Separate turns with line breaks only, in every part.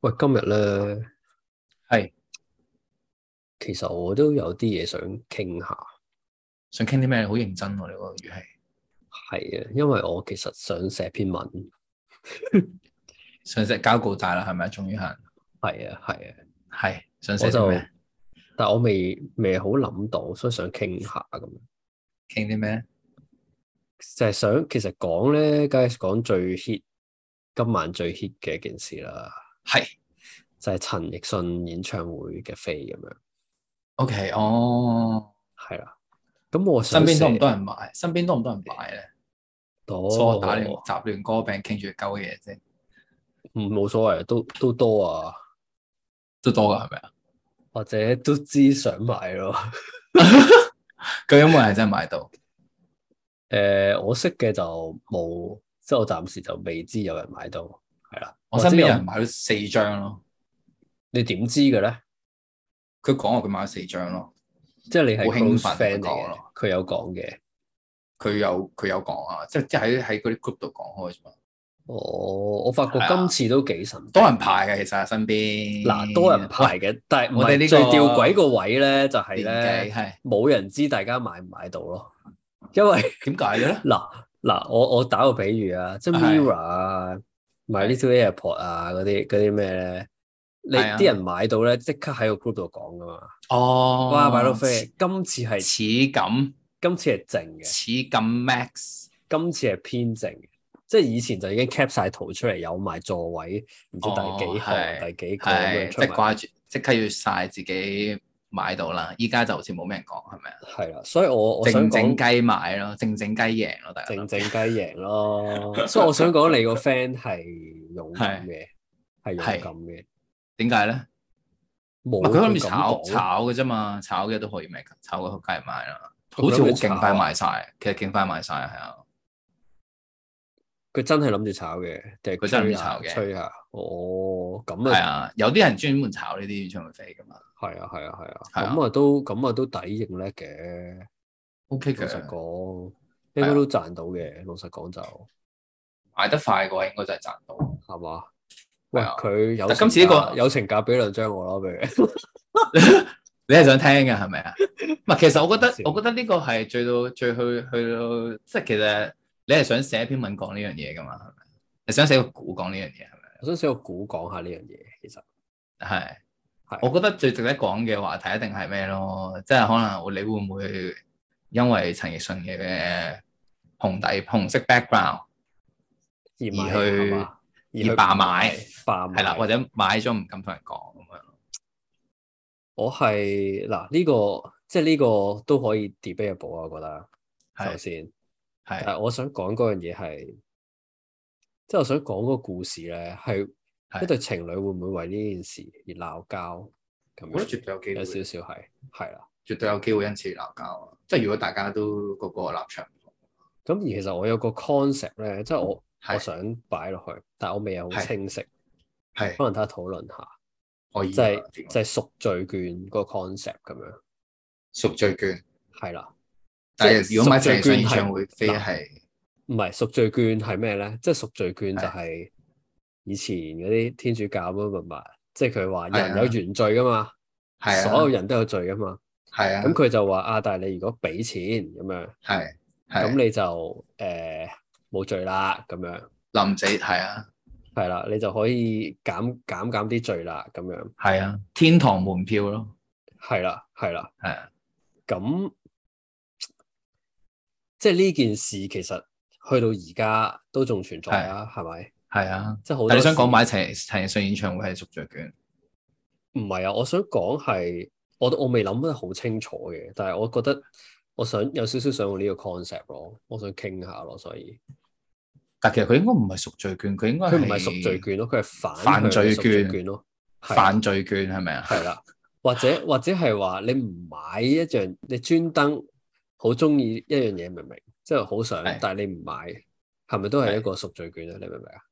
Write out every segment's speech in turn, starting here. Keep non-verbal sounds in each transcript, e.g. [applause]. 喂，今日咧，
係，
其實我都有啲嘢想傾下，
想傾啲咩？好認真喎、你嗰個語氣，
係啊，因為我其實想寫篇文，
上隻交告大啦，係咪？終於係，
係啊，係啊，
係想寫
我
啲
就
咩？，
但我未未好諗到，所以想傾下咁樣，
傾啲咩？
就係想其實講咧，梗係講最 hit 今晚最 hit 嘅一件事啦，
係
就係陳奕迅演唱會嘅飛咁樣，
，OK，哦，
係啦。咁我
身
想
邊多唔
寫
多人買？身邊多唔多人買咧？
哦
所以我打亂
多，
雜亂歌餅傾住鳩嘢啫，
唔嗯冇所謂，都都多啊，
都多噶係咪啊？
或者都知想買咯。
佢有冇人係真係買到？
誒、呃我識嘅就冇，即係我暫時就未知有人買到，係啦。
[laughs] 我
或者
身邊有
有
人買咗四張咯，
你點知嘅咧？
佢講話佢買咗四張咯，
即係你係
好興
close
奮啊
friend 嚟
佢講
嘅
咯，
佢有講嘅。
佢有佢有講啊，即係即係喺喺嗰啲 group 度講開啫嘛，
我我發覺
係啊
今次都幾神秘
多人排嘅其實身邊，
嗱，多人
喂
排嘅，但係唔
我哋呢
係
個嗯
最吊詭個位咧，就係
年紀
咧
係
冇人知大家買唔買到咯，因為 [laughs]
點解嘅咧？
嗱嗱，我我打個比喻啊，即係
係
Mirror 啊、My
係
Little Airport 啊嗰啲嗰啲咩咧，你
係啊
啲人買到咧，即刻喺個 group 度講噶嘛。
哦，
哇！買到飛，今次係
似咁
今次係靜嘅，
似咁 max，
今次係偏靜嘅，即係以前就已經 cap 晒圖出嚟，有埋座位，唔知第幾行、
哦係
第幾個咁
係
樣
即
出
係
埋，
掛住，即刻要晒自己買到啦。依家就好似冇咩人講，係咪啊？
係啦。所以我我想
靜靜
講
雞買咯，靜靜雞贏咯，大家
靜
都
靜雞贏咯，
[laughs]
所以我想講你個 friend 係勇敢嘅，係勇
係
敢嘅，
點解咧？唔
冇
係佢諗
佢
住
咁
炒
講，
炒嘅啫嘛，炒嘅都可以咩？炒嘅梗係買啦，
佢諗
好
住
似好勁快
炒啊
賣晒，其實勁快賣晒係啊，
佢真係諗住炒嘅，定係
佢真係諗
吹
住
下
炒嘅
吹下？哦，咁
係
啊，
啊，有啲人專門炒呢啲演唱會飛噶嘛
係啊，係啊，係啊，
係啊
咁啊都咁啊都抵認叻嘅。
，OK
老實
嘅，啊
講，應該都賺到嘅。老實講就
買得快嘅話應該就係賺到。
係嘛？喂，
啊
佢有
但今次呢
個
個
友情價俾兩張我咯，不如
你係想聽嘅
[laughs]
係咪啊？唔係，其實我覺得
少，
我覺得呢個係最到最去去到，即係其實你係想寫篇文講呢樣嘢噶嘛？係咪？你想寫個古講呢樣嘢係
我想寫個古講下呢樣嘢。其實
咪？係。
係
我覺得最值得講嘅話題一定係咩咯？即係可能你會唔會因為陳奕迅嘅紅底紅色 background
而買
而去
係嘛而
而罷買
罷買嗯
係啦，或者買咗唔敢同人講咁樣？
我係嗱呢個即係呢個都可以 debatable 啊，我覺得首
係
先，但
係
係我想講嗰樣嘢係，即係我想講嗰個故事咧，係
係
一對情侶會唔會為呢件事而鬧交咁樣？
我覺得絕對有機
有
會
少，少係係啦。
絕對有機會因此鬧交啊！即係如果大家都個個立場唔
咁
同，
而其實我有個 concept 咧，即係我我
嗯係
想擺落去，但我未係好
係
清晰，
係
可能睇下討論下，
可以
就係、
啊點啊
就係、贖罪券個 concept 咁樣，
贖罪券。
係啦，
但
即
係
係
如果買
贖
陳
罪
奕
券
迅演
係
唱會飛
嗱，
係
唔係贖罪券係咩咧？即係贖罪券就
係
係以前嗰啲天主教咁樣嘛，即係佢話
係
人有
啊
原罪噶嘛，
係
所有
啊
人都有罪噶嘛，
係
咁
啊
佢就話啊，但係你如果俾錢咁樣，
係
咁
係
你就誒冇、罪啦咁樣。
林仔係啊
係啦，你就可以減減減啲罪啦，咁樣
係啊天堂門票咯
係啦，係啦，
係啊
咁即係呢件事其實去到而家都仲存在
係
啊，係咪？
係啊！
即係好
但係
多
你想
時
講買陳陳奕迅演唱會係贖罪券
唔係啊，我想講係我我未諗得好清楚嘅，但係我覺得我想有少少想用呢個 concept 咯，我想傾下咯，所以
但其實佢應該唔係贖罪券，佢應該
佢唔係贖罪
係
券咯，佢係反向
犯
嘅
罪
贖罪
券
券咯，係啦。
犯罪券係咪啊？
係啦，或者或者係話你唔買一樣，你專登好中意一樣嘢，明唔明？即係好想，
係
但係你唔買，係咪都係一
係
個贖罪券咧？你明唔明啊？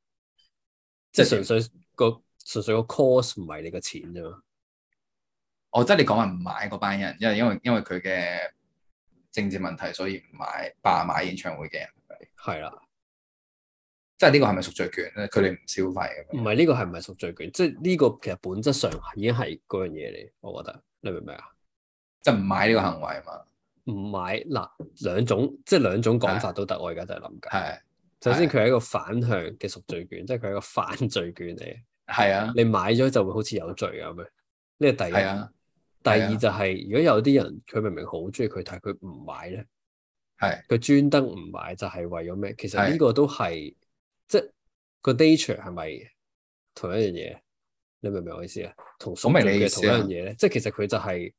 即係
即
純
係
粹個純粹個 cost 唔係你個錢啫嘛。
我哦即係你講話唔買嗰班人，因為因為因為佢嘅政治問題，所以唔買罷買演唱會嘅人。
係啦，
即係呢個係咪贖罪券咧？佢哋唔消費咁
唔
樣。
係呢個係唔係贖罪券？即係呢個其實本質上已經係嗰樣嘢嚟，我覺得你明唔明啊？
即係唔買呢個行為嘛，
唔買嗱兩種，即係兩種講法都得。我而家就係諗緊。
係
首先佢係一個反向嘅贖罪券，即係佢係一個犯罪券嚟。
係啊
你買咗就會好似有罪啊咁樣。呢個第一
係。啊
第
係
二
啊
就係、如果有啲人佢明明好中意佢，但係佢唔買咧，
係
佢專登唔買就係為咗咩？其實呢
係
個都係即係個 nature 係咪同一樣嘢？你明唔明我意思啊？同
我
贖
明
罪
你意
嘅
思
同一樣
啊
嘢咧，即係其實佢就係、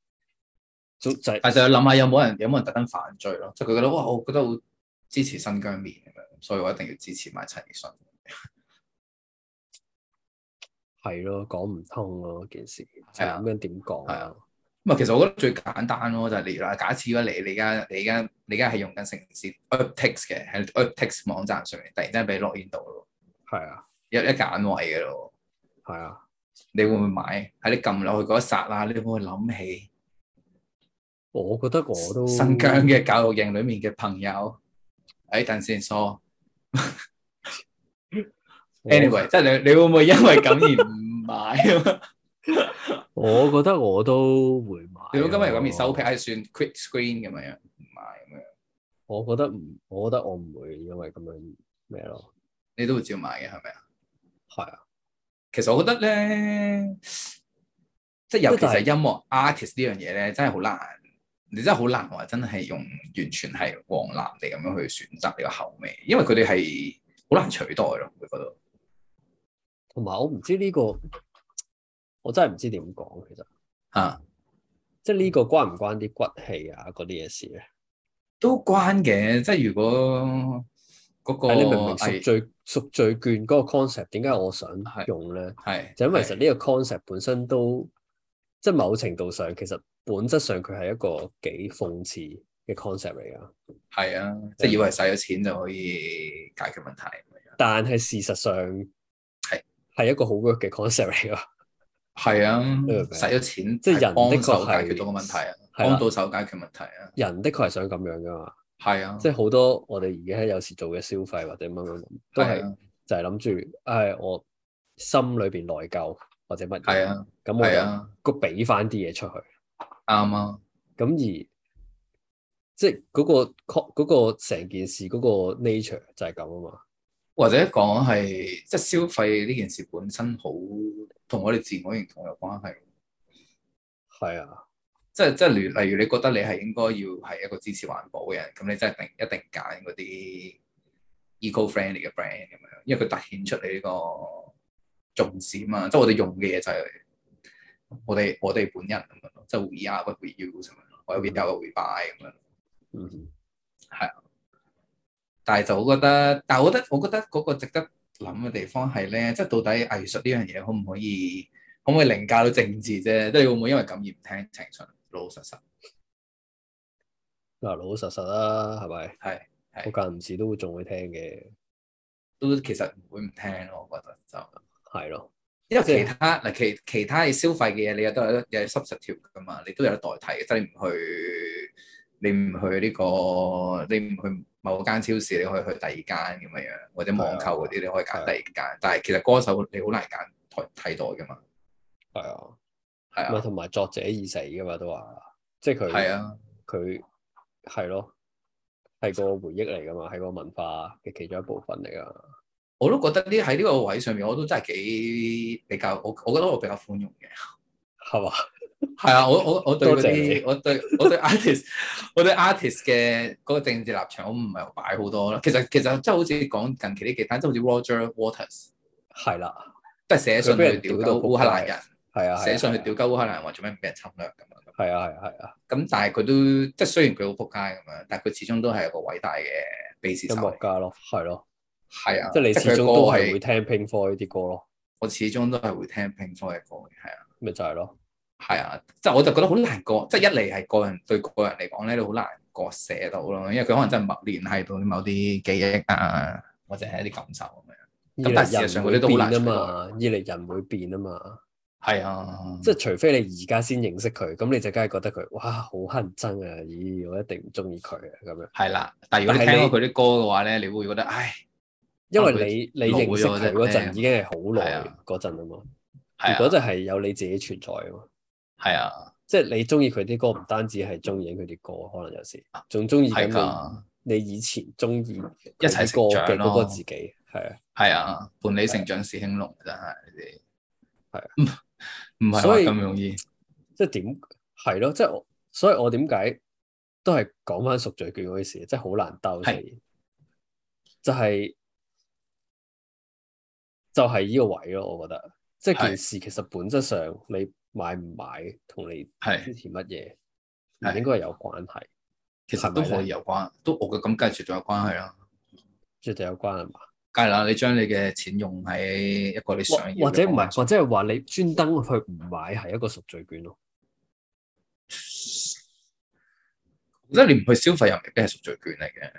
總就係、
但就要諗下有冇人有冇人特登犯罪咯，即係佢覺得哇，我覺得好支持新疆棉咁樣，所以我一定要支持埋陳奕迅。
係咯，講唔通咯件事，就
係
係
啊
咁樣點講
係
啊
啊？咁啊，其實我覺得最簡單咯，就係例如啦，假設如果你你而家你而家你而家係用緊城市 UpTix 嘅，喺 UpTix 網站上面，突然之間俾 login 到咯，
係啊，
一一揀位嘅咯，
係啊，
你會唔會買？喺你撳落去嗰一剎那，你會唔會諗起
我覺得我都
新疆嘅教育營裡面嘅朋友？誒，等陣先，so
我
anyway，即係你你會唔會因為咁而唔 [laughs] 買哦啊？
我覺得我都會買。
如果今日咁而收皮，係算 quit screen 咁樣樣唔買咁樣，
我覺得唔，我覺得我唔會因為咁樣咩咯，
你都會照買嘅係咪啊？
係啊，
其實我覺得咧，即係尤其
但係
是音樂 artist 呢樣嘢咧，真係好難，你真係好難話真係用完全係黃藍地咁樣去選擇你個口味，因為佢哋係好難取代咯，會覺得。
同埋我唔知呢個，我真係唔知點講，其實
啊，
即係呢個關唔關啲骨氣啊嗰啲嘢事咧？
都關嘅，即係如果嗰個
但係你明唔明贖
係
罪贖罪券嗰個 concept 點解我想
係
用咧？
係
就因為其
係
實呢個 concept 本身都即係某程度上，其實本質上佢係一個幾諷刺嘅 concept 嚟噶。
係啊，即係以為使咗錢就可以解決問題咁樣。
但係事實上
係
係一個好 work 嘅 concept 嚟噶。
係啊
明唔明，
使咗錢
即係人的
幫
確
手解
係
決到個問題啊，
係啦
幫到手解決問題啊，
人的確係想咁樣噶嘛，
係啊，
即係好多我哋而家有時做嘅消費或者乜乜乜都係
係啊
就係諗住，唉、我心裏邊內疚或者乜
係
嘢，
啊，
咁我
係
就
啊，
個俾翻啲嘢出去，
啱啊，
咁而即係嗰、個 co- 嗰、個成件事嗰個 nature 就係咁啊嘛，
或者講係即係消費呢件事本身好同我哋自我認同有關係，
係啊，
即係即係例如例如你覺得你係應該要係一個支持環保嘅人，咁你真係定一定揀嗰啲 eco friendly 嘅 brand 咁樣，因為佢凸顯出你呢個重視啊嘛，即係我哋用嘅嘢就係我哋我哋本人咁樣咯，即係 we are what we use 咁樣咯，或者 we are what we buy 咁樣。
嗯哼，
但係就我覺得，但係我覺得，我覺得嗰個值得諗嘅地方係咧，即係到底藝術呢樣嘢可唔可以，可唔可以凌駕到政治啫？即係你會唔會因為咁而唔聽情信？老老實實
嗱老老實實啦，係咪？
係係
我間唔時都會仲會聽嘅，
都其實唔會唔聽咯，我覺得就
係咯，
因為
即係
其他嗱其其他嘅消費嘅嘢，你又都有得有 substitute 噶嘛，你都有得代替嘅，即係你唔去，你唔去呢、個，你唔去某間超市，你可以去第二間咁樣樣，或者網購嗰啲你可以
係啊
揀第二間，但係其實歌手你好難揀替替代噶嘛，
係啊，
係啊
咪。同埋作者已死噶嘛都話，即係佢
係啊，
佢係咯，係個回憶嚟噶嘛，係個文化嘅其中一部分嚟噶。
我都覺得呢喺呢個位上面，我都真係幾比較，我我覺得我比較寬容嘅。
係嘛？
係啊，我我我對嗰
多謝你
啲，我對我對 artist，我 [laughs] 對 artist 嘅嗰個政治立場，我唔係擺好多啦。其實其實即係好似講近期呢幾單，即係好似 Roger Waters，
係啦，
即係寫信
佢俾
去
人
屌
屌到
鳩
仆街
烏克蘭人，
係啊，
寫信去
係啊
屌鳩烏克蘭人話做咩唔俾人侵略咁樣。
係啊，係啊，係啊，
咁但係佢都即係雖然佢好仆街咁樣，但係佢始終都係一個偉大嘅被事
音
手嚟。
樂家咯，係咯，
係啊，
即係你始
佢嘅
終
歌
都係
係
會聽 Pink Floyd 啲歌咯，
我始終都係會聽 Pink Floyd 嘅歌嘅，係啊。
咪就係咯，
係啊，即係我就覺得好難割，即係一嚟係個人對個人嚟講咧，你好難割捨到咯，因為佢可能真係默聯繫到某啲記憶啊，或者係一啲感受咁樣。
二
咁
嚟
但係事實
人
上
會
嗰啲都好
變
難嗯
啊嘛，二嚟人會變啊嘛，
係啊，
即係除非你而家先認識佢，咁你就梗係覺得佢哇好乞人憎啊，咦我一定唔中意佢啊咁樣，
啊係啦。但係如果你聽過佢啲歌嘅話咧，你會覺得唉，
因
包括
為你你
老
認識
咗
佢
啫
嗰陣已經係好
係
耐
啊
嗰陣啊嘛，
係
而嗰
啊，
陣係有你自己存在啊嘛，
係啊，
即係你中意佢啲歌，唔單止係中意緊佢啲歌，可能有時仲中意
啊係
緊
㗎，
你你以前中意
一齊
歌
成長
嘅嗰個
咯
自己，係啊，
係啊，伴你成長是興隆，真係呢
係啊
啲，唔唔係話
所以
咁容易，
即係點係咯，即係我，所以我點解都係講翻贖罪券嗰啲事，即係好難兜死
係，
就係就係呢個位咯，我覺得，即係件事其實本質上你買唔買同你。
係
支持乜嘢，唔
係
應該係有關係，
其實都可以有關，都我嘅咁梗係絕對有關係啦。
絕對有關係嘛？
梗係啦，你將你嘅錢用喺一個你想
或
要
或者唔
係
係，或者係話你專登去唔買係一個贖罪券咯。
[laughs]
我覺得你唔去消費又未必係贖罪券嚟嘅。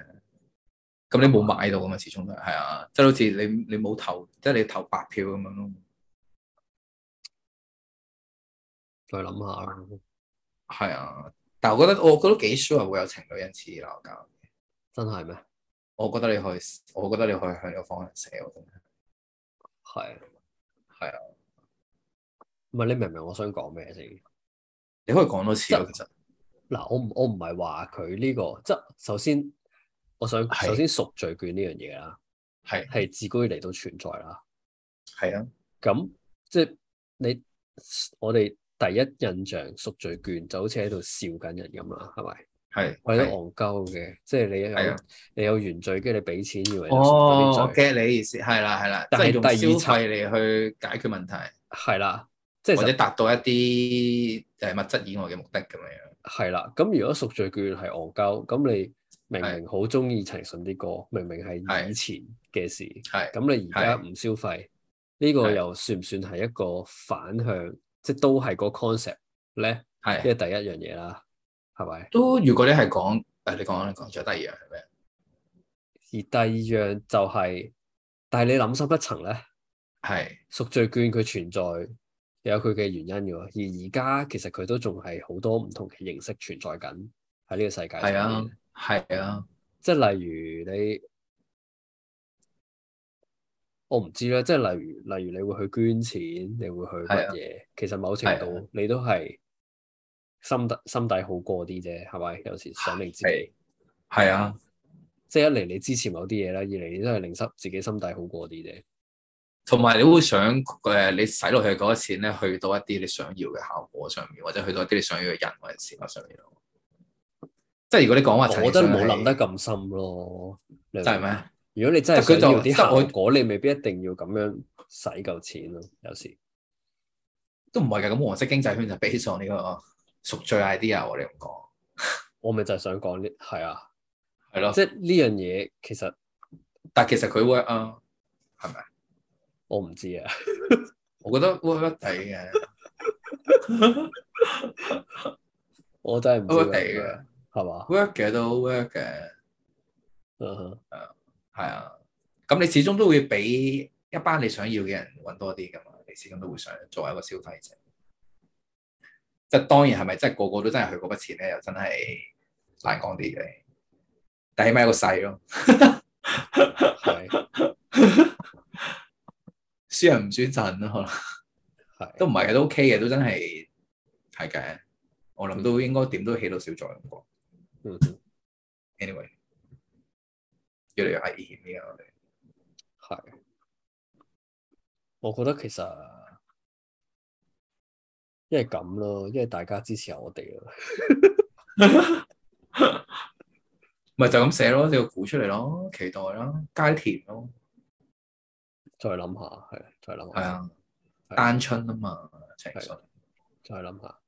咁你冇買到噶嘛，始終都係係啊，即係好似你你冇投，即係你投白票咁樣咯。
再諗下啦，
係啊，
但係我覺得我覺得幾 sure 會有情侶因此鬧交。
真係咩？
我覺得你可以，我覺得你可以向呢個方向寫，我真係。
係
係啊，
唔係你明唔明我想講咩先？
你可以講多次咯，其實
嗱，我唔我唔係話佢呢個，即係首先我想
係
首先贖罪券呢樣嘢啦，
係
係自古以嚟都存在啦。
係啊，
咁即係你我哋第一印象贖罪券就好似喺度笑緊人咁啦，係咪？
係
為咗
係
戇鳩嘅，即係你
係
有
啊
你有原罪，跟住你俾錢以為你贖
哦，
咗
我
啲罪，
get 你意思，係啦係啦，即
但係
係用
第二
消費嚟去解決問題，
係啦，即
或者
係
達到一啲誒物質以外嘅目的咁樣樣。
係啦。咁如果贖罪券係戇鳩，咁你明
係
明好中意陳奕迅啲歌，明明係以
係
前嘅事，
係
咁你而家唔消費，呢個
係
又算唔算係一個反向？即係都係個 concept 咧，呢
係
係第一樣嘢啦，係咪？
都如果你係講誒，你講你講咗第二樣係咩？
而第二樣就係、但係你諗深一層咧。
係
贖罪券佢存在有佢嘅原因嘅喎，而而家其實佢都仲係好多唔同嘅形式存在緊喺呢個世界上面。
係啊係啊，
即係例如你，我唔知啦，即係例如例如你會去捐錢，你會去
啊
乜嘢？其實某程度你都係心底心底好過啲啫，係咪？有時想令自己
係，係啊。
即係一嚟你支持某啲嘢啦，二嚟你都係令心自己心底好過啲啫。
同埋你會想誒，你使落去嗰啲錢咧，去到一啲你想要嘅效果上面，或者去到一啲你想要嘅人或者事物上面咯。即係如果你講話啊陳奕
我
迅係，
覺得冇諗得咁深咯，真
真係咩？
如果你真係想
即係佢就
要啲
即係我
效果，你未必一定要咁樣使夠錢咯。有時
都唔係嘅。咁黃色經濟圈就 base on 呢個贖罪 idea，我哋咁講
我咪就係想講呢，係啊，
係咯。
即係呢樣嘢其實
但係其實佢 work 啊，
我唔知啊，
我覺得 work 得地嘅
我真係唔
，work
知
得
啊
地嘅
係嘛？
，work 嘅都 work 嘅，
嗯哼
係啊。咁你始終都會俾一班你想要嘅人揾多啲噶嘛，你始終都會想作為一個消費者。即係當然係咪真係個個都真係去嗰筆錢咧，又真係難講啲嘅。但起碼有個勢咯，
係
輸人唔輸陣咯，可能。都
係
唔係嘅，都 OK 嘅，都真係係嘅。我諗都應該點都起到少作用啩。
嗯哼
anyway，越嚟越危險呢個我哋。
係。我覺得其實因為咁咯，因為大家支持下我哋咯，
咪就咁寫咯，你個估出嚟咯，期待咯，加啲甜咯，
再諗下係，再諗
係
下，
啊，
係
單春啊嘛，情緒
再諗下。